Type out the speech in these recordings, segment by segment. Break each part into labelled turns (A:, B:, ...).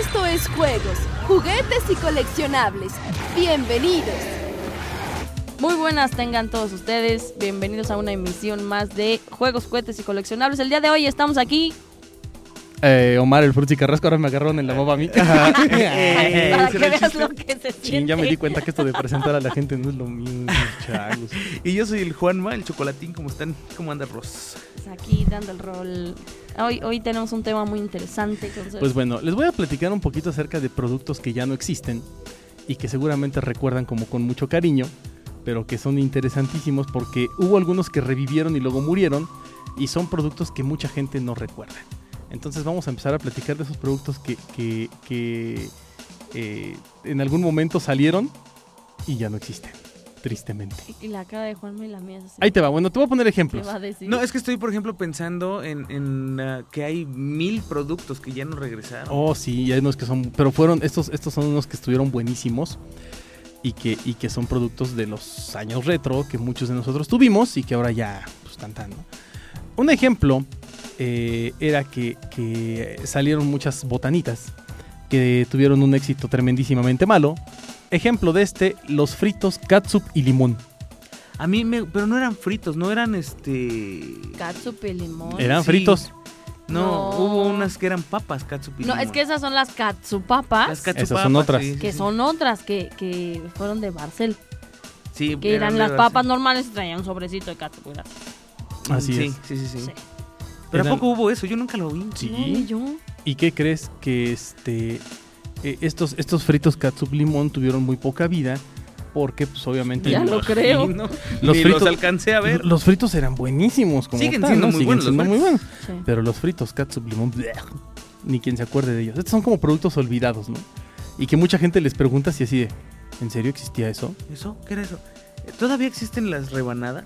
A: Esto es Juegos, Juguetes y Coleccionables. Bienvenidos.
B: Muy buenas tengan todos ustedes, bienvenidos a una emisión más de Juegos, Juguetes y Coleccionables. El día de hoy estamos aquí
C: Eh, Omar, el Frutti Carrasco, ahora me agarraron en la boba a mí.
B: para,
C: Eh,
B: que
C: ¿será el
B: veas
C: chiste?
B: lo que se
C: Chin,
B: siente.
C: ya me di cuenta que esto de presentar a la gente no es lo mío, changos.
D: Y yo soy el Juanma, el chocolatín, ¿cómo están? ¿Cómo anda Ross?
B: Pues Aquí dando el rol. Hoy, hoy tenemos un tema muy interesante. entonces-
C: Pues bueno, les voy a platicar un poquito acerca de productos que ya no existen y que seguramente recuerdan como con mucho cariño, pero que son interesantísimos porque hubo algunos que revivieron y luego murieron y son productos que mucha gente no recuerda. Entonces vamos a empezar a platicar de esos productos que, que- que, eh, en algún momento salieron y ya no existen, tristemente.
B: y la cara de Juanma y la mía es así.
C: Ahí te pues, va, bueno, te voy a poner
B: ¿Qué
C: ejemplos.
B: va a decir?
D: No, es que estoy, por ejemplo, pensando en, en, ah, que hay mil productos que ya no regresaron.
C: Oh, sí, y hay unos que son. Pero fueron. Estos, estos son unos que estuvieron buenísimos. Y que, y que son productos de los años retro que muchos de nosotros tuvimos y que ahora ya pues, tan, tan, ¿no? Un ejemplo eh, era que, que salieron muchas botanitas que tuvieron un éxito tremendísimamente malo. Ejemplo de este, los fritos catsup y limón.
D: A mí, me, pero no eran fritos, no eran este...
B: Catsup y limón.
C: Eran
D: sí.
C: fritos.
D: No,
B: No.
D: hubo unas que eran papas, catsup y
B: No,
D: limón.
B: es que esas son las catsupapas.
D: Las catsup
C: Esas son otras.
D: sí, sí,
B: que
D: sí.
B: son otras que, que fueron de Barcel.
D: Sí,
B: Que eran
D: de
B: las
D: verdad,
B: papas
D: sí.
B: normales y traían un sobrecito de catsup. gracias.
C: Así
D: sí,
C: es.
D: Sí, sí, sí.
B: Sí.
D: Pero
C: Eran-
D: ¿a poco hubo eso? Yo nunca lo vi.
C: Sí.
B: No, ni yo.
C: ¿Y qué crees que este eh, estos estos fritos catsup limón tuvieron muy poca vida? Porque pues obviamente
B: Ya
C: los,
B: lo creo.
D: No,
C: Los
D: ni
C: fritos-
D: los alcancé a ver.
C: los fritos eran buenísimos como
D: Siguen
C: tal,
D: siendo
C: ¿no?
D: muy buenos los
C: muy
D: fritos.
C: buenos.
B: Sí.
C: pero los fritos catsup limón bleh, ni quien se acuerde de ellos. Estos son como productos olvidados, ¿no? Y que mucha gente les pregunta si así de ¿En serio existía eso?
D: ¿Eso? ¿Qué era eso? Eh, ¿Todavía existen las rebanadas?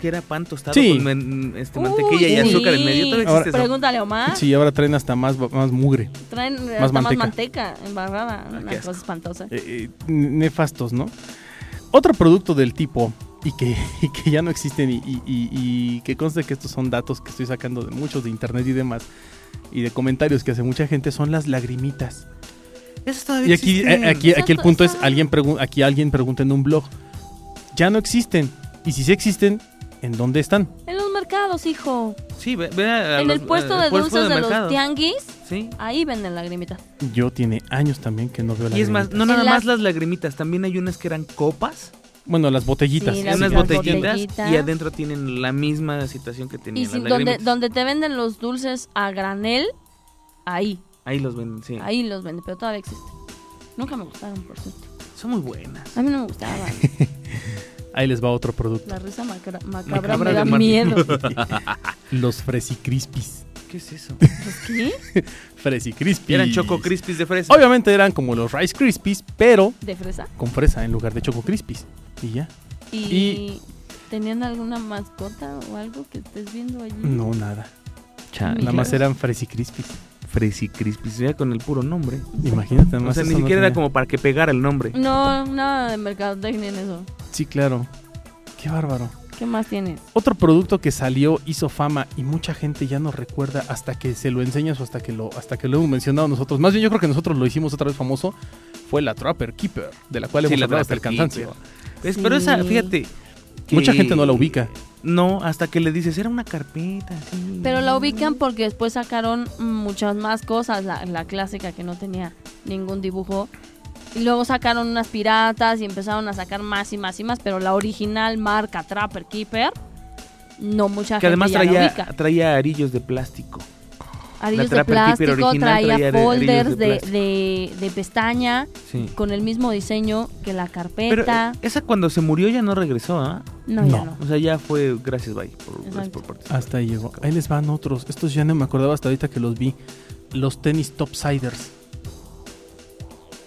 D: Que era pan tostado
C: Sí.
D: con men- este,
B: Uy,
D: mantequilla y
B: sí.
D: azúcar en medio. ¿Todavía
C: Ahora-
D: existe eso?
B: Pregúntale a Omar.
C: Sí, ahora traen hasta más más mugre.
B: Traen hasta más
C: manteca.
B: manteca embarrada. una
D: Ah, qué
B: cosa
D: asco.
B: espantosa.
C: eh, eh, nefastos, ¿no? Otro producto del tipo y que, y que ya no existen y, y- y- y que conste que estos son datos que estoy sacando de muchos de internet y demás y de comentarios que hace mucha gente son las lagrimitas.
D: Eso todavía
C: Y aquí,
D: existe.
C: eh, aquí, aquí el
B: Exacto,
C: punto es,
B: exacto.
C: alguien pregun- aquí alguien pregunta en un blog, ya no existen y si sí existen, ¿en dónde están?
B: En los mercados, hijo.
D: Sí, ve, ve a- a
B: en
D: los-
B: el puesto
D: al
B: de
D: puesto
B: dulces de,
D: mercado.
B: los tianguis,
D: Sí.
B: ahí venden lagrimitas.
C: Yo tiene años también que no veo
D: Y es más,
C: lagrimitas.
D: no nada
B: En las-
D: más las lagrimitas, también hay unas que eran copas,
C: Bueno, las botellitas.
B: Sí,
D: y
B: las
D: unas
B: las
D: botellitas,
B: botellitas.
D: y adentro tienen la misma situación que tenían
B: Y si-
D: las
B: donde,
D: lagrimitas.
B: donde te venden los dulces a granel, ahí,
D: Ahí los venden, sí.
B: ahí los venden, pero todavía existen. Nunca me gustaron, por cierto.
D: Son muy buenas.
B: A mí no me gustaban.
C: Ahí les va otro producto.
B: La risa macra- macabra
D: Macabra
B: me
D: de
B: da
D: Martín.
B: miedo.
C: Los Fresicrispis.
D: ¿Qué es eso?
B: ¿Los qué?
C: Fresicrispis.
D: Eran Choco Crispies de fresa.
C: Obviamente eran como los Rice Krispies, pero
B: ¿De fresa?
C: con fresa en lugar de Choco Krispies. Y ya.
B: ¿Y, tenían alguna mascota o algo que estés viendo allí?
C: No, nada.
B: Chale.
C: Nada más eran Fresi Krispies.
D: Fresi Crispies, ya con el puro nombre.
C: Imagínate, nada
D: O
C: más.
D: sea, ni
C: eso no
D: siquiera era
C: tenía.
D: como para que pegara el nombre.
B: No, nada de mercadotecnia en eso.
C: Sí, claro. Qué bárbaro.
B: ¿Qué más tienes?
C: Otro producto que salió hizo fama y mucha gente ya no recuerda hasta que se lo enseñas o hasta que lo, hasta que lo hemos mencionado nosotros. Más bien yo creo que nosotros lo hicimos otra vez famoso. Fue la Trapper Keeper, de la cual
D: Sí,
C: hemos
D: la
C: hablado hasta el
D: Trapper
C: cansancio.
D: ¿Ves? Pero esa,
B: Sí.
D: fíjate.
C: Mucha
D: que-
C: gente no la ubica.
D: No, hasta que le dices, era una carpeta. sí.
B: Pero la ubican porque después sacaron muchas más cosas, la, la clásica que no tenía ningún dibujo. Y luego sacaron unas piratas y empezaron a sacar más y más y más, pero la original marca Trapper Keeper, no mucha
D: Que además
B: gente ya la
D: traía,
B: ubica.
D: traía arillos de plástico.
B: Arillos de
D: Trapper Keeper
B: plástico,
D: original
B: traía,
D: traía de-
B: folders
D: arillos de
B: de, de- de pestaña
D: Sí.
B: con el mismo diseño que la
D: Pero
B: carpeta.
D: eh, esa cuando se murió ya no regresó, ¿ah?
B: no, ya
C: no.
B: no.
D: O sea, ya fue gracias, bye, por, gracias
B: Exacto.
D: por participar.
C: Hasta ahí llegó. Ahí les van otros. Estos ya no me acordaba hasta ahorita que los vi. Los tenis topsiders.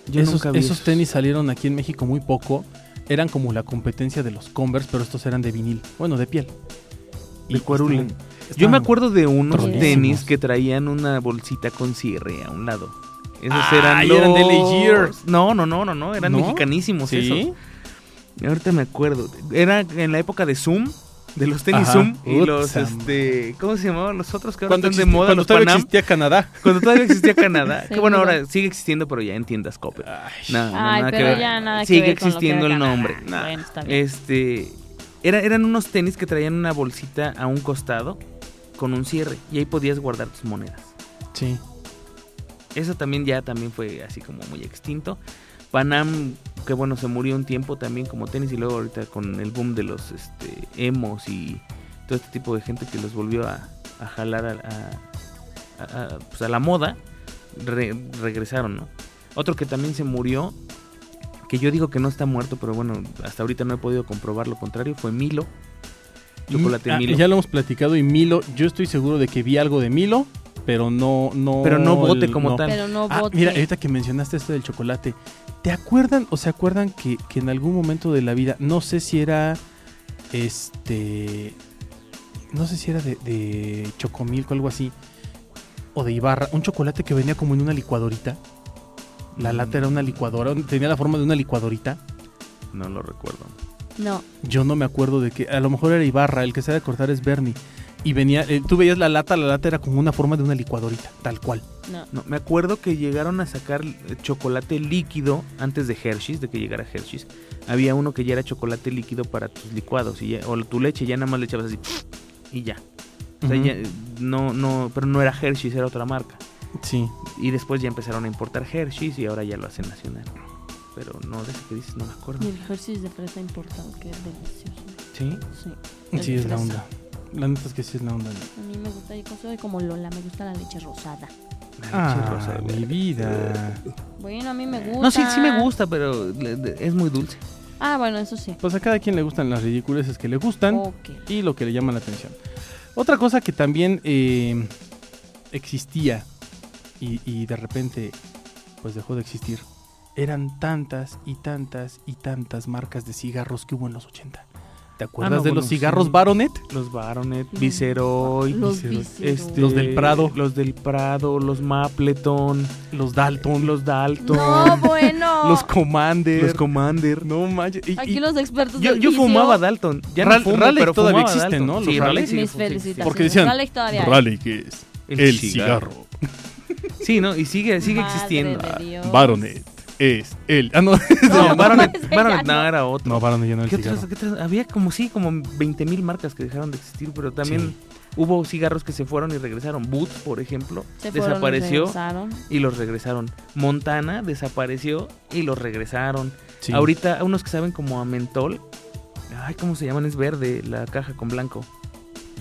D: Yo
C: esos,
D: nunca vi
C: esos tenis salieron aquí en México muy poco. Eran como la competencia de los Converse, pero estos eran de vinil. Bueno, de piel.
D: De cuarule.
C: estaban-
D: Yo
C: estaban-
D: me acuerdo de unos
B: Tronísimos.
D: tenis que traían una bolsita con cierre a un lado. Esos
C: Ah,
D: eran
C: y
D: los...
C: eran de Legears.
D: No, no, no, no, no, eran
C: ¿No?
D: mexicanísimos
C: Sí.
D: esos. Ahorita me acuerdo. Era en la época de Zoom. de los tenis
C: Ajá.
D: Zoom y
C: Uta
D: los,
C: madre.
D: este, ¿cómo se llamaban los otros que ahora
C: Cuando,
D: están de
C: existi-
D: moda?
C: cuando
D: los
C: todavía
D: Panam.
C: existía Canadá.
D: Cuando todavía existía Canadá. que bueno,
B: Seguro.
D: ahora sigue existiendo, pero ya en tiendas Coppel.
C: Ay,
D: No, no,
B: Ay,
D: nada que
B: pero
D: ver.
B: ya nada que
D: Sigue
B: ver con lo que
D: existiendo
B: era
D: el
B: Canadá.
D: nombre. Nah.
B: Bueno, está bien.
D: Este, era- eran unos tenis que traían una bolsita a un costado con un cierre y ahí podías guardar tus monedas.
C: Sí.
D: Eso también ya también fue así como muy extinto. Panam, que bueno, se murió un tiempo también como tenis y luego ahorita con el boom de los este, emos y todo este tipo de gente que los volvió a, a jalar a, a- a- a, pues, a la moda, re- regresaron, ¿no? Otro que también se murió, que yo digo que no está muerto, pero bueno, hasta ahorita no he podido comprobar lo contrario, fue Milo. Chocolate
C: Ah,
D: Milo.
C: Ya lo hemos platicado y Milo, yo estoy seguro de que vi algo de Milo, pero no... no
D: Pero no bote como tal.
B: Pero no
C: Ah,
B: vote.
C: mira,
D: eh,
C: ahorita que mencionaste esto del chocolate, ¿te acuerdan o se acuerdan que, que en algún momento de la vida, no sé si era este, no sé si era de, de Chocomilco o algo así, o de Ibarra, un chocolate que venía como en una licuadorita? La lata era una licuadora, tenía la forma de una licuadorita.
D: No lo recuerdo.
B: No,
C: Yo no me acuerdo de que, a lo mejor era Ibarra, el que se ha de cortar es Bernie. Y venía, eh, tú veías la lata, la lata era como una forma de una licuadorita, tal cual.
B: no.
D: No, me acuerdo que llegaron a sacar eh, chocolate líquido antes de Hershey's, de que llegara Hershey's. Había uno que ya era chocolate líquido para tus licuados y ya- o tu leche, ya nada más le echabas así y ya. O sea,
C: Ujú.
D: ya, eh, no, no, pero no era Hershey's, era otra marca.
C: Sí.
D: Y después ya empezaron a importar Hershey's y ahora ya lo hacen nacional. Pero no, de ese que dices, no me acuerdo.
B: Y el Hershey's de fresa importado, que es delicioso.
D: Sí.
B: Sí.
C: Sí,
B: El
C: es la
B: fresa.
C: onda. La neta es que sí es la onda.
B: A mí me gusta, yo soy como Lola, me gusta la leche rosada.
D: La leche
C: Ah,
D: rosa, güey.
C: mi vida.
B: Bueno, a mí me gusta.
D: No, sí, sí me gusta, pero le- de- es muy dulce.
B: Ah, bueno, eso sí.
C: Pues a cada quien le gustan las ridiculeces que le gustan
B: Ok.
C: y lo que le llama la atención. Otra cosa que también eh, existía y, y de repente pues dejó de existir. Eran tantas y tantas y tantas marcas de cigarros que hubo en los 80. ¿Te acuerdas
D: Ah, no,
C: de
D: bueno,
C: los cigarros
D: sí.
C: Baronet?
D: Los Baronet,
B: No.
D: Viceroy,
B: Los
C: Cero.
B: Viceroy.
D: Este,
C: Los del Prado.
D: Los del Prado, los Mapleton,
C: Los Dalton, los,
D: los Dalton,
B: No, bueno.
C: los Commander.
D: los Commander.
C: no manches. y-
B: Aquí
C: y-
B: los expertos
D: Yo,
B: del
D: yo
B: vicio.
D: fumaba Dalton. Ya
C: Ral-
D: no fumo,
C: Raleigh
D: pero
C: todavía
D: fumaba
C: existen,
D: Dalton.
C: ¿no?
D: Sí,
C: Los
D: Raleigh
C: Raleigh.
D: sí,
B: Mis
D: sí, sí, sí.
B: felicitaciones.
C: Porque decían,
B: Raleigh todavía hay.
C: Raleigh, que es
D: El Sí, ¿no? Y sigue, sigue
B: Madre
D: existiendo.
B: de Dios.
C: es el... Ah, no.
D: No,
B: No,
D: Baronet,
B: ese ya
D: Baronet,
B: no.
D: no, era otro.
C: No, Baronet ya no era
D: ¿Qué
C: el
D: otras-
C: cigarro.
D: qué otras? Había como sí, como 20 mil marcas que dejaron de existir, pero también
C: Sí.
D: hubo cigarros que se fueron y regresaron. Boots, por ejemplo,
B: Se fueron,
D: desapareció
B: regresaron.
D: y los regresaron. Montana desapareció y los regresaron.
C: Sí.
D: Ahorita unos que saben como a mentol. Ay, ¿cómo se llaman? Es verde la caja con blanco.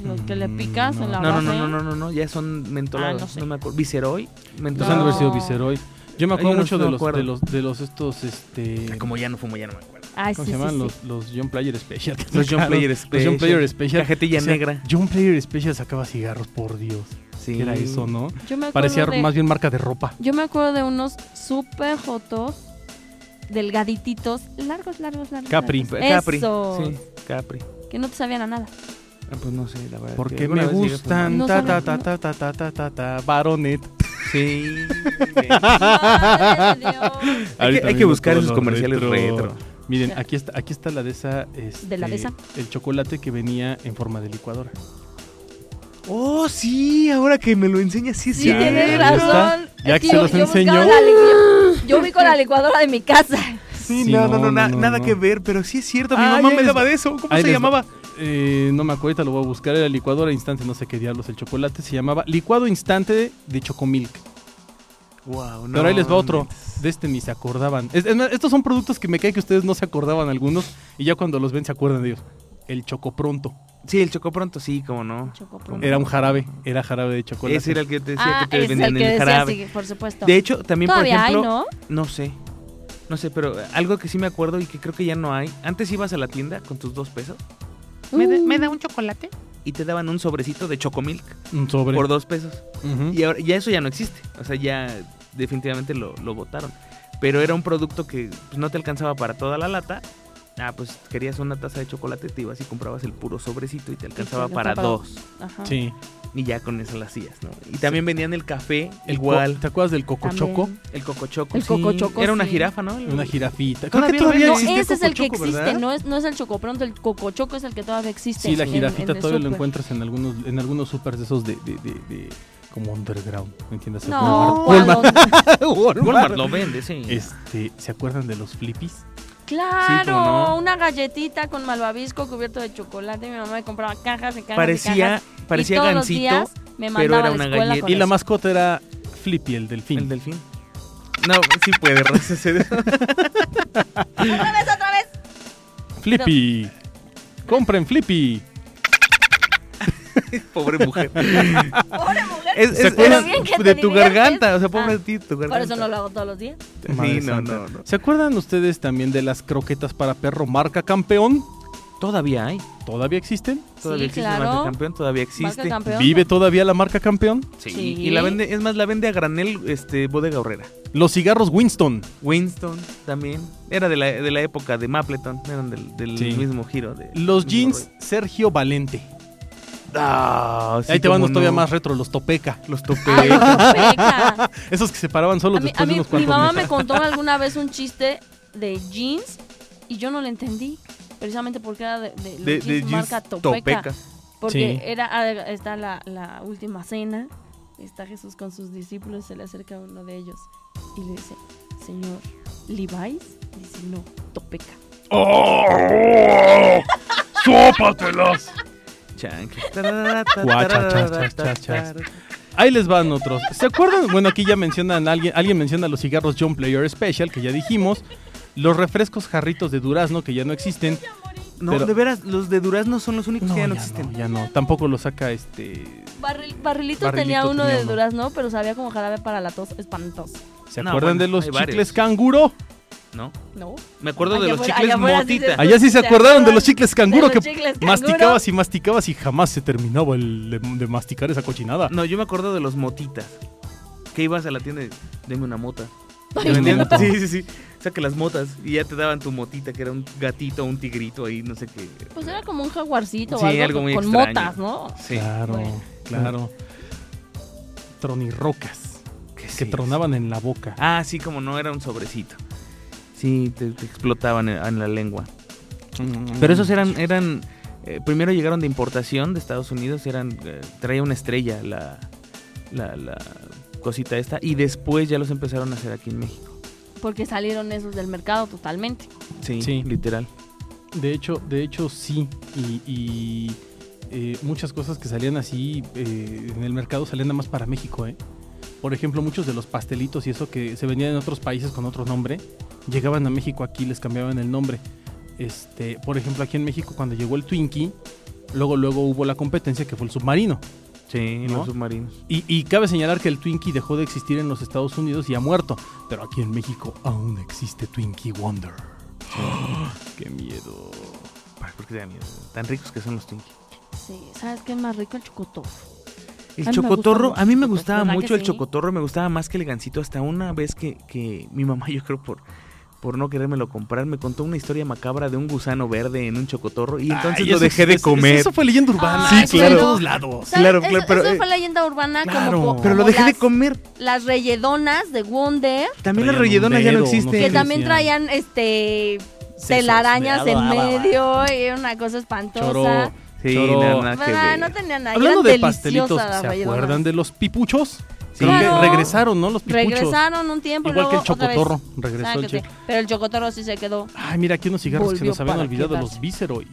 B: Los que le picas
C: Mm,
B: en la
D: No,
B: base.
D: no, no, no, no, no, no, ya son mentolados.
B: Ah, no
D: no,
B: sé.
D: me acuerdo. Viceroy,
C: Pues
D: mentolado.
C: han de haber
B: No.
C: sido Viceroy. Yo me acuerdo
D: Hay unos
C: mucho
D: que
C: de,
D: no
C: los,
D: acuerdo. Ah,
C: de los de los estos este
D: Como ya no fumo, ya no me acuerdo.
B: Ay,
C: ¿cómo
B: sí,
C: se llaman?
B: sí,
C: los,
B: sí.
C: los John Player Special. que
D: Los John
C: sacaron.
D: Player
C: Los
D: Special.
C: John Player Special.
D: Cajetilla
C: O sea,
D: negra.
C: John Player Special sacaba cigarros, por Dios.
D: Sí.
C: ¿Qué era eso, no?
B: Yo me acuerdo
C: Parecía
B: de-
C: más bien marca de ropa.
B: Yo me acuerdo de unos súper jotos, delgadititos, largos, largos, largos.
C: Capri.
B: largos.
D: Capri.
B: Esos,
D: Sí, Capri.
B: Que no te sabían a nada.
D: Ah, pues no sé, la verdad. que
C: Porque
D: alguna
C: me
D: vez llegué a
C: gustan.
B: No
C: ta,
B: saben,
C: ta, ta, ta, ta, ta, ta, ta, ta, Baronet.
D: fumar. Sí.
B: Madre de Dios.
D: hay que,
C: Ahorita
D: hay que
C: mismo
D: buscar
C: todos
D: esos
C: los
D: comerciales retro.
C: Miren,
B: Ya.
C: aquí está, aquí está la de esa. Este,
B: ¿De la de esa?
C: El chocolate que venía en forma de licuadora.
D: Oh, sí, ahora que me lo enseñas, sí, es
B: Sí,
D: cierto.
B: tienes
C: ya está.
B: razón.
C: Ya
B: Es
C: que se
B: yo-
C: los
B: yo buscaba
C: enseñó.
B: la licu- yo- Yo vi con la licuadora de mi casa.
D: Sí,
C: Sí,
D: no,
C: no,
D: no, no, na-
C: no, no,
D: nada
C: no.
D: que ver, pero sí es cierto. Mi
C: Ah,
D: mamá
C: ya
D: me
C: les-
D: daba de eso. ¿Cómo
C: ahí les
D: se
C: va.
D: llamaba?
C: Eh, no me acuerdo, ahorita lo voy a buscar. Era licuadora instante, no sé qué diablos. El chocolate se llamaba licuado instante de chocomilk.
D: Wow,
C: Pero ahí les va otro. De este ni se acordaban. Es- es más, estos son productos que me cae que ustedes no se acordaban algunos. Y ya cuando los ven se acuerdan de ellos. El chocopronto.
D: Sí, el chocopronto, sí, cómo no.
B: Chocopronto.
C: Era un jarabe. Era jarabe de chocolate.
D: Ese era el que te decía
B: Ah,
D: que te
B: es el
D: vendían
B: que
D: en el
B: decía,
D: jarabe.
B: sí, por supuesto.
D: De hecho, también, por
B: Todavía hay,
D: ejemplo,
B: ¿no?
D: No sé. No sé, pero algo que sí me acuerdo y que creo que ya no hay. Antes ibas a la tienda con tus dos pesos
E: ¿Me, da,
B: Uh.
E: me da un chocolate?
D: y te daban un sobrecito de chocomilk
C: Un sobre.
D: por dos pesos.
C: Ujú.
D: Y ahora ya eso ya no existe. O sea, ya definitivamente lo, lo botaron. Pero era un producto que pues, no te alcanzaba para toda la lata. Ah, pues querías una taza de chocolate, te ibas y comprabas el puro sobrecito y te alcanzaba para
B: alcanzaba
D: dos.
B: Ajá.
C: Sí.
D: Y ya con eso las hacías, ¿no? Y también vendían el café,
C: El
D: igual.
C: co- ¿Te acuerdas del cocochoco?
B: También.
D: El cocochoco.
B: El
D: sí.
B: cocochoco,
D: Era una
B: sí.
D: jirafa, ¿no?
C: Una jirafita.
D: Creo
C: Creo
D: que
C: que todavía
D: todavía
B: No,
C: existe
B: ese es el que
C: cocochoco,
B: existe,
C: ¿verdad?
B: no es, no es el chocopronto, el cocochoco es el que todavía existe.
C: Sí, la
B: en-
C: jirafita
B: en el
C: todavía lo
B: súper.
C: encuentras en algunos, en algunos supers de esos de, de, de, de- como underground, ¿me entiendes?
B: No,
C: Walmart.
B: cuando-
C: Walmart.
D: Walmart lo vende, sí.
C: Este, ¿se acuerdan de los flippies?
B: Claro,
D: Sí, cómo no.
B: una galletita con malvavisco cubierto de chocolate. Mi mamá me compraba cajas y cajas. y
D: parecía
B: cajas, y
D: parecía
B: todos
D: gancito,
B: los días me
D: pero
B: mandaba
D: era
B: a la
D: una
B: escuela
D: galleta.
B: con
C: Y la
B: eso.
C: mascota era Flippy, el delfín.
D: el delfín. No, sí puede, Rosa, se-
B: Otra vez, otra vez.
C: Flippy. Compren Flippy.
D: Pobre mujer.
B: Pobre mujer.
D: Es,
C: ¿Se
D: es-
B: Pero
D: es
B: bien que
D: de
B: te
D: tu
B: diviertes.
D: garganta, o sea, pobre
B: Ah,
D: de ti, tu garganta.
B: Por eso no lo hago todos los días.
D: Sí,
C: Madre
D: no,
C: santa.
D: no, no.
C: ¿Se acuerdan ustedes también de las croquetas para perro marca campeón?
D: Todavía hay.
C: ¿Todavía existen?
D: Todavía existe
B: claro.
D: Marca Campeón, todavía
B: Marca
D: existe.
B: campeón.
C: ¿Vive todavía la marca campeón?
D: Sí.
B: Sí.
D: Y la vende, es más, la vende a granel este bodega horrera.
C: Los cigarros Winston.
D: Winston también. Era de la, de la época de Mapleton. Eran del, del
C: Sí.
D: mismo giro. de-
C: Los
D: mismo
C: jeans
D: rollo.
C: Sergio Valente.
D: Ah, sí,
C: Ahí te van
D: cómo
C: los todavía
D: no.
C: más retro, los Topeca.
D: Los
B: Ay,
D: tope.
B: peca.
C: Esos que se paraban solos
B: A mí,
C: después
B: a mí-
C: de unos
B: mi
C: cuantos
B: mamá me
C: meses.
B: contó alguna vez un chiste de jeans y yo no lo entendí. Precisamente porque era de, de, los
D: de,
B: jeans
D: de jeans
B: marca
D: topeca.
B: Topeca. Porque
C: Sí.
B: era, ah, está la, la última cena, está Jesús con sus discípulos, se le acerca uno de ellos y le dice, Señor, ¿Levi's? Dice, no, Topeca.
C: ¡Sópatelas!
D: Chanque.
C: chas, chas, chas. Ahí les van otros. ¿Se acuerdan? Bueno, aquí ya mencionan a alguien. Alguien menciona los cigarros John Player Special, que ya dijimos. Los refrescos jarritos de durazno, que ya no existen.
D: No,
C: Pero-
D: de veras, los de Durazno son los únicos
C: No,
D: que
C: ya
D: ya no existen.
C: no, ya no. Tampoco lo saca este...
B: Barril- barrilito,
C: Barrilito
B: tenía uno
C: tenía
B: de
C: uno.
B: durazno, pero sabía como jarabe para la tos, espantoso.
C: ¿Se
D: No,
C: acuerdan
D: bueno,
C: de los
D: hay
C: chicles
D: varios.
C: canguro?
D: No.
B: ¿No?
D: Me acuerdo de
B: Allá
D: los
B: afuera-
D: chicles
B: allá afuera sí
D: motita.
B: se-
C: Allá sí se
B: ¿Se
C: acordaron de
B: acuerdan
C: los chicles canguro
B: de
C: que
B: los chicles canguro?
C: masticabas y masticabas y jamás se terminaba el de, de masticar esa cochinada.
D: No, yo me acuerdo de los motitas. Que ibas a la tienda y deme una mota.
B: Ay,
D: Te vendían-
C: no.
D: sí, sí, sí. O sea, que las motas. Y ya te daban tu motita, que era un gatito, un tigrito ahí, no sé qué.
B: Pues era como un jaguarcito
D: Sí,
B: o algo,
D: algo muy
B: con
D: extraño.
B: motas, ¿no?
D: Sí.
C: Claro,
B: Bueno.
C: claro. Tronirrocas
D: Que,
C: que tronaban en la boca.
D: Ah, sí, como no, era un sobrecito. Sí, te, te explotaban en, en la lengua. Pero esos eran, eran eh, primero llegaron de importación de Estados Unidos, eran eh, traía una estrella la, la, la cosita esta, y después ya los empezaron a hacer aquí en México.
B: Porque salieron esos del mercado totalmente.
D: Sí,
C: Sí.
D: literal.
C: De hecho, de hecho sí. Y, y, eh, muchas cosas que salían así eh, en el mercado salían nada más para México, ¿eh? Por ejemplo, muchos de los pastelitos y eso que se vendían en otros países con otro nombre, llegaban a México aquí, les cambiaban el nombre. Este, por ejemplo, aquí en México cuando llegó el Twinkie, luego luego hubo la competencia que fue el submarino.
D: Sí,
C: ¿No?
D: los submarinos.
C: Y, y cabe señalar que el Twinkie dejó de existir en los Estados Unidos y ha muerto. Pero aquí en México aún existe Twinkie Wonder. ¡Qué miedo!
D: Ay, porque da miedo. Tan ricos que son los Twinkies.
B: Sí, ¿sabes qué es más rico? El chocotorro.
D: El
B: A mí me
D: chocotorro,
B: gustan
D: a mí me
B: los
D: gustaba
B: chocotorros, ¿verdad
D: mucho
B: que
D: el
B: sí?
D: chocotorro, me gustaba más que el gancito. Hasta una vez que, que mi mamá, yo creo, por, por no querérmelo comprar, me contó una historia macabra de un gusano verde en un chocotorro y entonces
C: Ay,
D: lo
C: eso-
D: dejé de
C: eso-
D: comer.
C: Eso fue leyenda urbana.
B: Ay, Sí, claro.
C: En todos lados.
B: ¿Sabes?
D: Claro,
B: Eso-
D: claro, pero,
B: eso
D: eh,
B: fue leyenda urbana
C: claro.
B: como, po-
D: Pero lo
B: como
D: dejé de
B: las,
D: comer.
B: las relledonas de Wonder
D: También las
C: Traían un
D: relledonas ya no
C: dedo, no
D: existen.
C: sé.
B: que
C: Sí,
B: también
C: sí,
B: traían este telarañas en medio y era una cosa espantosa.
C: Choro.
D: Sí,
C: Choro.
D: nada, nada que
B: Ah,
D: ver.
B: no tenía nada.
C: Hablando
B: eran
C: de pastelitos,
B: deliciosas las
C: ¿se
B: relledonas.
C: acuerdan de los pipuchos?
D: Sí.
C: Creo que
B: Claro.
C: regresaron, ¿no? Los pipuchos.
B: Regresaron un tiempo
C: Igual que el
B: luego otra vez.
C: chocotorro.
B: Ah,
C: Regresó el
B: que sí.
C: cho-
B: Pero el chocotorro sí se quedó.
C: Ay, mira, aquí unos cigarros que
B: Volvió
C: nos habían
B: para
C: olvidado.
B: quedarse.
C: Los Viceroy.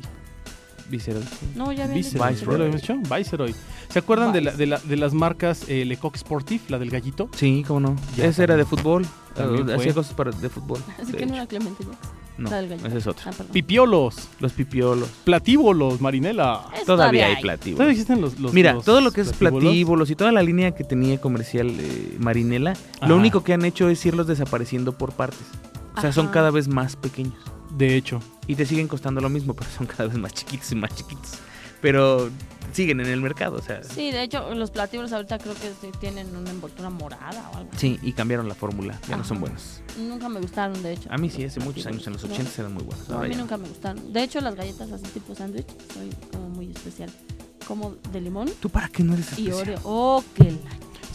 D: Visceral.
B: No, ya había
C: Viceroy.
D: Viceroy.
C: ¿Ya lo habían dicho? Viceroy. ¿Se acuerdan de, la- de la- de las marcas eh, Lecoq Sportif, la del gallito?
D: Sí, cómo no.
C: Ya,
D: Ese era
C: también.
D: de fútbol.
C: También
D: eh,
C: fue.
D: Hacía cosas para, de fútbol.
B: Así
D: de
B: que no
D: hecho.
B: era Clemente Jackson.
D: No,
B: la del gallito.
D: ese es otro.
B: Ah, perdón.
C: Pipiolos,
D: Los pipiolos.
C: platíbolos, marinela.
B: Eso
D: Todavía hay platíbulos.
C: ¿Todavía existen los, los-
D: Mira,
C: los
D: todo lo que es
C: platíbolos?
D: platíbulos y toda la línea que tenía comercial eh, Marinela,
C: Ajá.
D: lo único que han hecho es irlos desapareciendo por partes. O sea, son
B: Ajá.
D: cada vez más pequeños.
C: De hecho,
D: Y te siguen costando lo mismo, pero son cada vez más chiquitos y más chiquitos. Pero siguen en el mercado, o sea.
B: Sí, de hecho, los platíbulos ahorita creo que sí tienen una envoltura morada o algo.
D: Sí, y cambiaron la fórmula, ya no
B: Ajá.
D: son buenos.
B: Nunca me gustaron, de hecho.
D: A mí sí, hace muchos años,
B: Platíbulos,
D: en los
B: no.
D: 80 eran muy buenos.
B: No, a
D: ahora
B: mí
D: ya no.
B: nunca me gustaron. De hecho, las galletas así tipo sándwich, soy como muy especial. como de limón
D: ¿Tú para qué no eres
B: y
D: especial?
B: Oreo. Oh, que la-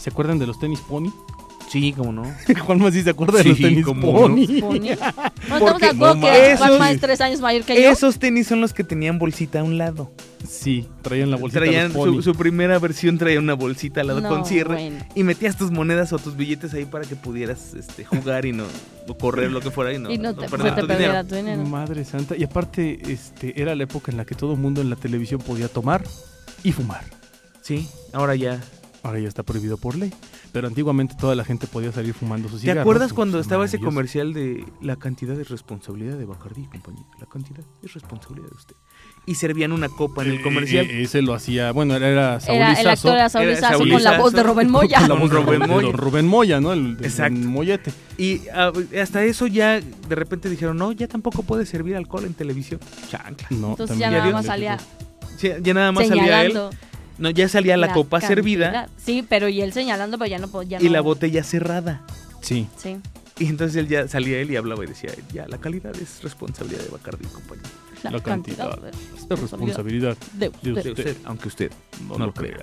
C: ¿Se acuerdan de los tenis pony?
D: Sí, cómo no.
C: Juan Más sí se acuerda de
D: Sí,
C: los tenis
D: cómo no.
C: pony.
B: Pony. No estamos
D: Porque-
B: de acuerdo
D: no
B: que
D: mames.
B: Juanma es tres años mayor que yo.
D: Esos tenis son los que tenían bolsita a un lado.
C: Sí, traían la bolsita
D: Traían
C: de los pony.
D: su, su primera versión traía una bolsita al lado
B: No,
D: con cierre
B: bueno.
D: y metías tus monedas o tus billetes ahí para que pudieras este, jugar y no o correr lo que fuera y no,
B: y no
D: no
B: te,
D: perder
B: se te
D: tu
B: perderá
D: dinero.
B: tu dinero.
C: Madre santa. Y aparte, este, era la época en la que todo el mundo en la televisión podía tomar y fumar.
D: Sí, ahora ya.
C: Ahora ya está prohibido por ley. Pero antiguamente toda la gente podía salir fumando sus
D: ¿Te
C: cigarros.
D: acuerdas
C: Sus
D: cuando estaba ese
C: maravillosos-
D: comercial de la cantidad de responsabilidad de Bacardi y compañía? La cantidad es responsabilidad de usted. Y servían una copa en el
C: Eh,
D: comercial.
C: eh, ese lo hacía, bueno, era, era Saúl
B: Era el
C: Lizazo,
B: actor era Saúl
D: Era
B: Lizazo
D: Saúl
B: con la voz de
D: Lizazo.
B: Robert Moya.
C: con la voz de
D: Rubén
C: Rubén Moya.
D: Moya.
C: Rubén Moya, ¿no? El, de
D: Exacto.
C: Don mollete.
D: Y ah, hasta eso ya de repente dijeron, no, ya tampoco puede servir alcohol en televisión. Chancla.
C: No,
B: Entonces
C: también.
B: ya nada
D: Ya
B: más
D: dio-
B: salía
D: Sí, ya nada más salía él.
B: señalando.
D: No, ya salía la, copa
B: cantidad.
D: servida
B: Sí, pero y él señalando, pero ya no podía.
D: y la botella cerrada.
C: Sí.
B: Sí.
D: Y entonces él ya salía él y hablaba y decía, ya, la calidad es responsabilidad de Bacardi y compañía.
B: La,
C: La
B: cantidad.
C: cantidad. Esta responsabilidad.
B: de-
C: de
B: de-
D: De usted, aunque usted no, lo crea.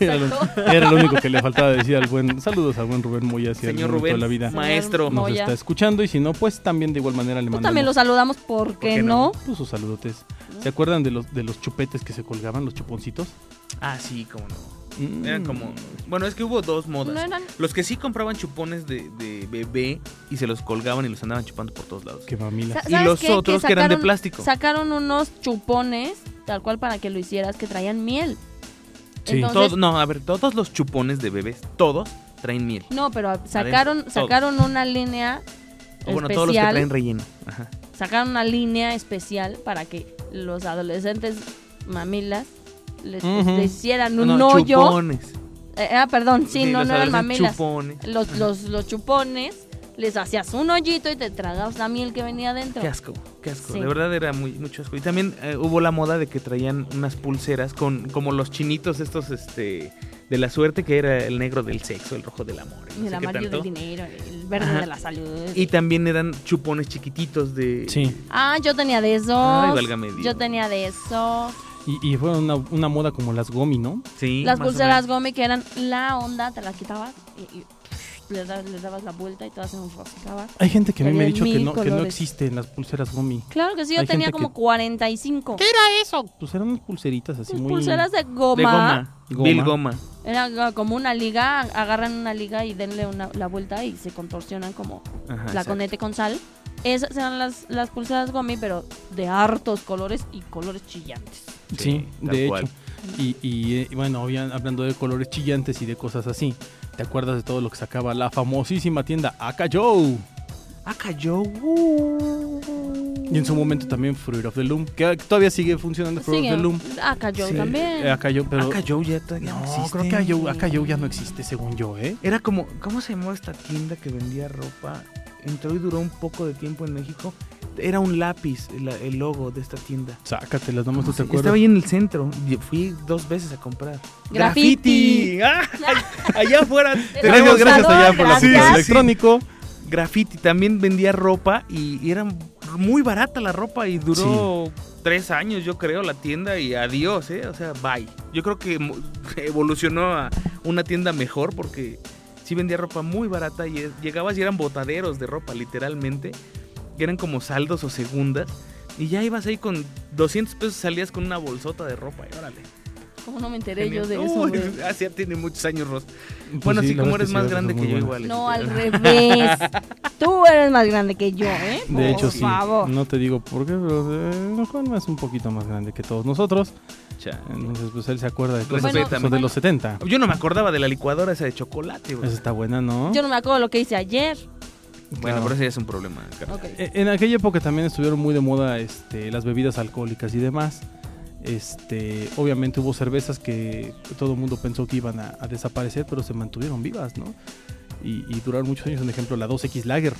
C: Era lo, era lo único que le faltaba decir al buen. Saludos al buen Rubén Moya, si
D: Señor
C: algún momento
D: Rubén,
C: de la vida
B: Señor
D: maestro.
C: nos
B: Moya.
C: está escuchando. Y si no, pues también de igual manera le
B: Tú
C: mandamos
B: también lo saludamos
D: qué
B: porque
D: no?
B: no.
C: pues, sus saludotes. ¿Se acuerdan de los, de los chupetes que se colgaban, los chuponcitos?
D: Ah, sí, cómo no.
C: Mm.
D: Eran como... Bueno, es que hubo dos modas.
B: No eran-
D: Los que sí compraban chupones de, de bebé y se los colgaban y los andaban chupando por todos lados.
C: Que mamila.
B: Sa-
D: Y
B: ¿sabes
D: los
B: qué?
D: otros que eran de
B: sacaron-
D: plástico.
B: Sacaron unos chupones, tal cual para que lo hicieras, que traían miel.
C: Sí.
B: Entonces,
D: Todos- no, a ver, todos los chupones de bebés, todos traen miel.
B: no, pero sacaron,
D: todos.
B: sacaron una línea
D: O Ah, bueno, todos los que
B: especial.
D: traen relleno. Ajá.
B: sacaron una línea especial para que los adolescentes mamilas les,
C: Ujú.
B: les hicieran un
D: No,
B: hoyo.
D: chupones.
B: Eh, ah, perdón, sí, no,
D: los
B: no eran
D: adolescentes
B: mamilas.
D: Chupones.
B: Los, los, los chupones, les hacías un hoyito y te tragabas la miel que venía adentro.
D: Qué asco, qué asco.
B: Sí.
D: De verdad era muy, mucho asco. Y también eh, hubo la moda de que traían unas pulseras con como los chinitos estos este de la suerte que era el negro del sexo, el rojo del amor. y no
B: Y el
D: sé qué
B: amarillo
D: tanto.
B: del dinero, el verde
D: Ajá.
B: de la salud.
D: Y también eran chupones chiquititos de...
C: Sí.
B: Ah, yo tenía de esos.
D: Ay, válgame Dios.
B: yo tenía de esos.
C: Y, y fue una, una moda como las gomi, ¿no?
D: Sí,
B: las
D: más o
B: pulseras
D: menos.
B: Gomi que eran la onda, te las quitabas y, y les, dabas, les dabas la vuelta y todas se enroscaban.
C: Hay gente que a mí me ha
B: Tenían
C: dicho que
B: mil
C: no, que no
B: colores.
C: existen las pulseras gomi.
B: Claro que sí, yo
C: Hay
B: tenía
C: gente
B: como
C: que-
B: 45.
C: Pues eran unas pulseritas así
B: Pues
C: muy.
B: pulseras de goma.
D: De goma.
C: Goma.
D: Bill Goma.
B: Era ga- como una liga, agarran una liga y denle una, la vuelta y se contorsionan como
D: Ajá,
B: la
D: Ah, exacto.
B: conete con sal. Esas eran las, las pulseras Gomi, pero de hartos colores y colores chillantes.
C: Sí,
D: Sí,
C: de
D: tal
C: hecho.
D: cual.
C: Y, y, eh, bueno, habían- hablando de colores chillantes y de cosas así. ¿Te acuerdas de todo lo que sacaba la famosísima tienda Aka Joe?
D: Ah, cayó.
C: Y en su momento también Fruit of the Loom, que todavía sigue funcionando Fruit
B: Sigue.
C: of the Loom.
B: Ah, cayó
C: Sí,
B: también.
C: eh, Aka Joe, pero...
D: Ah, cayó ya, todavía no
C: no,
D: existe.
C: creo que Aka Joe- Aka Joe ya no existe, según yo, ¿eh?
D: Era como, ¿cómo se llamaba esta tienda que vendía ropa? Entró y duró un poco de tiempo en México. Era un lápiz el, el logo de esta tienda.
C: Sácatelas, nomás tú te
D: Sí, Estaba
C: acuerdas.
D: ahí en el centro. Yo Fui dos veces a comprar.
B: Graffiti.
D: Graffiti. Ah, allá afuera.
C: Gracias,
B: Tenemos
C: gracias
B: salón,
C: allá por la
B: gracias.
C: sí, electrónico.
D: Graffiti también vendía ropa y, y era muy barata la ropa y duró tres años, yo creo, la tienda y adiós, ¿eh? O sea, bye. Yo creo que mo- evolucionó a una tienda mejor porque sí vendía ropa muy barata y es- llegabas y eran botaderos de ropa, literalmente, que eran como saldos o segundas. Y ya ibas ahí con 200 pesos, salías con una bolsota de ropa y órale.
B: ¿Cómo no me enteré
D: Genial.
B: yo de
D: Uy,
B: eso? güey?
D: así ya tiene muchos años, Ross.
C: Pues
D: bueno, sí,
C: la
D: como
C: verdad es
D: eres
C: sí,
D: más
C: eran
D: grande
C: muy
D: que yo
C: buenas.
D: igual.
B: No,
D: este,
B: al revés. Tú eres más grande que yo, ¿eh? Por
C: De hecho, sí.
B: favor.
C: No te digo por qué, pero eh, Juan es un poquito más grande que todos nosotros.
D: ah, chale.
C: Entonces, pues él se acuerda de cosas
D: Bueno,
C: son de
D: bueno.
C: los 70.
D: Yo no me acordaba de la licuadora esa de chocolate, güey.
C: Esa está buena, ¿no?
B: Yo no me acuerdo lo que hice ayer. Eh,
D: Bueno,
C: Claro.
D: pero ese ya es un problema. carnal.
B: Ok.
C: E- En aquella época también estuvieron muy de moda este, las bebidas alcohólicas y demás. Este, obviamente hubo cervezas que todo el mundo pensó que iban a, a desaparecer, pero se mantuvieron vivas, ¿no? Y, y duraron muchos años. Un ejemplo, la 2X Lager,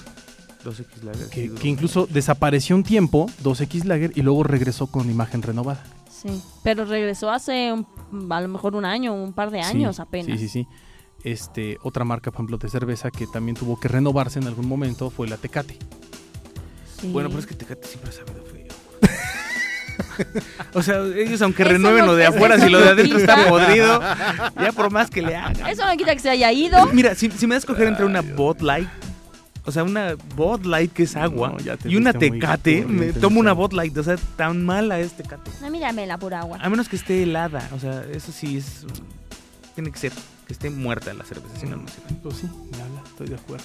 B: Ah,
D: 2X Lager. sí,
C: que,
D: duro.
C: que incluso desapareció un tiempo, 2X Lager, y luego regresó con imagen renovada.
B: Sí. Pero regresó hace un- a lo mejor un año, un par de
C: Sí,
B: años apenas.
C: Sí, sí, sí. Este, otra marca, por ejemplo, de cerveza que también tuvo que renovarse en algún momento fue la Tecate.
B: Sí.
D: Bueno, pero es que Tecate siempre ha sabido feo. O sea, ellos aunque
B: Eso
D: renueven
B: no-
D: lo de
B: eso
D: afuera,
B: no
D: si lo de adentro
B: quita.
D: está podrido, ya por más que le hagan.
B: Eso no quita que se haya ido.
D: Mira, si, si me das a escoger entre una Bot Light, o sea, una Bot Light que es agua,
C: No, ya te
D: y una
C: fuiste muy
D: Tecate,
C: oscuro,
D: me
C: bien
D: tomo una
C: pensado.
D: Bot Light, o sea, tan mala es Tecate.
B: No, mírame la pura agua.
D: A menos que esté helada, o sea, eso sí es... Tiene que ser que esté muerta la cerveza, si no, no sirve.
C: Pues sí, me habla, estoy de acuerdo.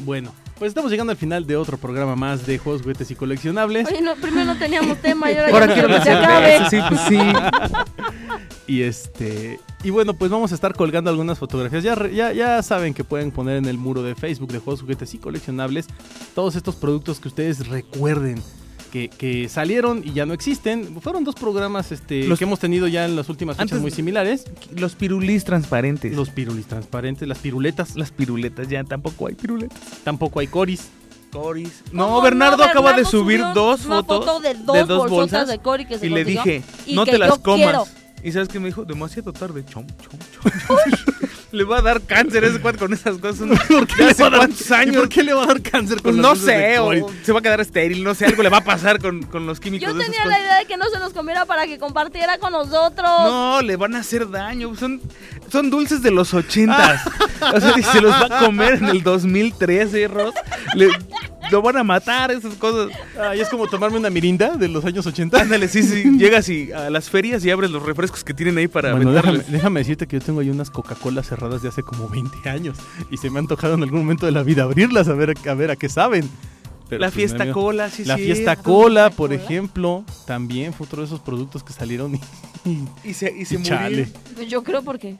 C: Bueno, pues estamos llegando al final de otro programa más de juegos, juguetes y coleccionables.
B: Oye, no, primero no teníamos tema y ahora,
D: Ahora
B: ya
D: quiero
B: quiero que se
D: la
B: acabe.
D: cerveza, sí, pues sí.
C: Y este. Y bueno, pues vamos a estar colgando algunas fotografías. Ya, re- ya, ya saben que pueden poner en el muro de Facebook de juegos, juguetes y coleccionables todos estos productos que ustedes recuerden. Que, que salieron y ya no existen. Fueron dos programas este,
D: Los-
C: que hemos tenido ya en las últimas fechas
D: Antes-
C: muy similares.
D: Los pirulís transparentes.
C: Los pirulis transparentes, las piruletas.
D: las piruletas, ya tampoco hay piruletas.
C: Tampoco hay coris.
D: Coris.
B: ¿Cómo
D: No, Bernardo acaba de subir
B: subió
D: dos
B: una
D: fotos
B: foto de dos,
D: de
B: bolsotas
D: dos bolsas
B: de Cory que se
D: y le
B: consiguió.
D: dije,
B: y
D: no
B: que
D: te las
B: yo
D: comas.
B: quiero.
D: Y sabes que me dijo, demasiado tarde, chom, chom, chom. le va a dar cáncer a ese cuate con esas cosas. ¿Por qué hace cuántos
C: ¿Y
D: años?
C: por qué le va a dar cáncer con
D: Pues
C: las
D: no
C: luces de
D: sé, o
C: coris?
D: se va a quedar estéril, no sé, algo le va a pasar con, con los químicos
B: Yo
D: de esas
B: tenía la
D: cosas.
B: idea de que no se nos comiera para que compartiera con nosotros.
D: No, le van a hacer daño. Son, son dulces de los ochentas. O sea, si se los va a comer en el 2013, Ross. le- lo van a matar, esas cosas.
C: Ay, Ah, es como tomarme una mirinda de los años 80.
D: Ándale, sí, sí. Llegas y a las ferias y abres los refrescos que tienen ahí para
C: Bueno, déjame,
D: venderles.
C: déjame decirte que yo tengo ahí unas Coca-Cola cerradas de hace como 20 años y se me ha antojado en algún momento de la vida abrirlas a ver a, ver a qué saben. Pero,
D: La
C: pues,
D: fiesta
C: me da miedo.
D: cola, sí,
C: La
D: sí.
C: fiesta cola, por
B: ¿Cola?
C: ejemplo, también fue otro de esos productos que salieron y, y-
D: Y se, y
C: y
D: se
C: chale.
D: murió.
B: Pues yo creo porque.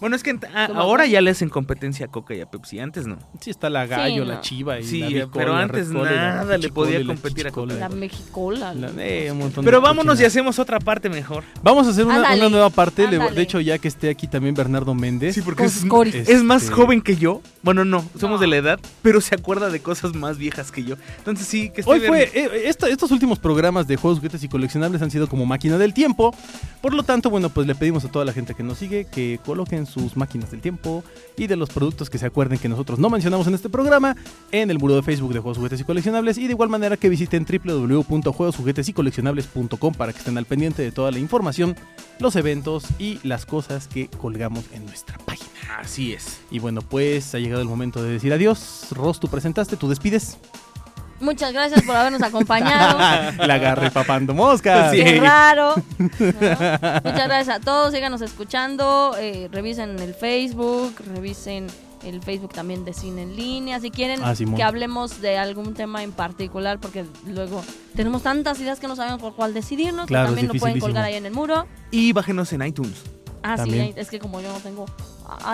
D: Bueno, es que ent- a-
B: Toma.
D: ahora ya le hacen competencia a Coca y a Pepsi. Antes no.
C: Sí está la gallo,
B: Sí,
C: la
B: no.
C: chiva y
D: Sí,
C: la
D: eh,
C: bicola,
D: pero
C: la
D: antes
C: redcola, la
D: nada le
C: chichicola
D: podía
C: y la
D: competir a
C: chichicola.
B: La mexicola.
C: La- eh, un montón de
D: Pero vámonos y
C: cochinadas.
D: hacemos otra parte mejor.
C: Vamos a hacer una,
B: Ándale,
C: una nueva parte. le-
B: ándale.
C: de hecho, ya que esté aquí también Bernardo Méndez.
D: porque
B: Con sus coris.
C: es-
D: Es más
C: Este-
D: joven que yo. Bueno, no, somos
B: No.
D: de la edad, pero se acuerda de cosas más viejas que yo. Entonces sí, que esté
C: Hoy
D: bien.
C: fue, eh, esta- estos últimos programas de juegos, juguetes y coleccionables han sido como máquina del tiempo. Por lo tanto, bueno, pues le pedimos a toda la gente que nos sigue que coloquen sus máquinas del tiempo y de los productos que se acuerden que nosotros no mencionamos en este programa en el muro de Facebook de Juegos, Juguetes y Coleccionables y de igual manera que visiten www.juegosjuguetesycoleccionables.com para que estén al pendiente de toda la información, los eventos y las cosas que colgamos en nuestra página.
D: Así es.
C: Y bueno, pues ha llegado el momento de decir adiós. Ross, tú presentaste, tú despides.
B: Muchas gracias por habernos acompañado.
C: la agarre papando moscas.
D: Sí.
B: Qué raro. ¿no? Muchas gracias a todos, síganos escuchando, eh, revisen el Facebook, revisen el Facebook también de Cine en Línea, si quieren
C: Ah, Simón.
B: que hablemos de algún tema en particular, porque luego tenemos tantas ideas que no sabemos por cuál decidirnos, que
C: Claro, es
B: también lo pueden
C: dificilísimo.
B: colgar ahí en el muro.
D: Y bájenos en iTunes.
B: Ah, sí,
C: También.
B: es que como yo no tengo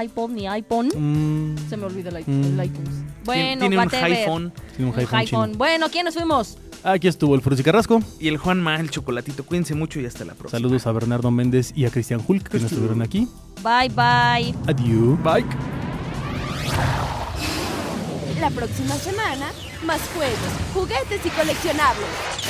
B: iPod ni iPhone,
C: Mm.
B: se me olvida el, i-
C: Mm.
B: el iTunes.
D: Tiene-
B: Bueno,
D: Tiene un
B: whatever.
D: iPhone.
C: Tiene un
B: Un
C: iPhone chino.
B: iPhone. Bueno, ¿quiénes fuimos?
C: Aquí estuvo el Frusi Carrasco.
D: y el Juan Ma, el chocolatito. Cuídense mucho y hasta la próxima.
C: Saludos a Bernardo Méndez y a Cristian Hulk que no estuvieron aquí.
B: Bye, bye.
C: Adiós. Bye.
A: La próxima semana, más juegos, juguetes y coleccionables.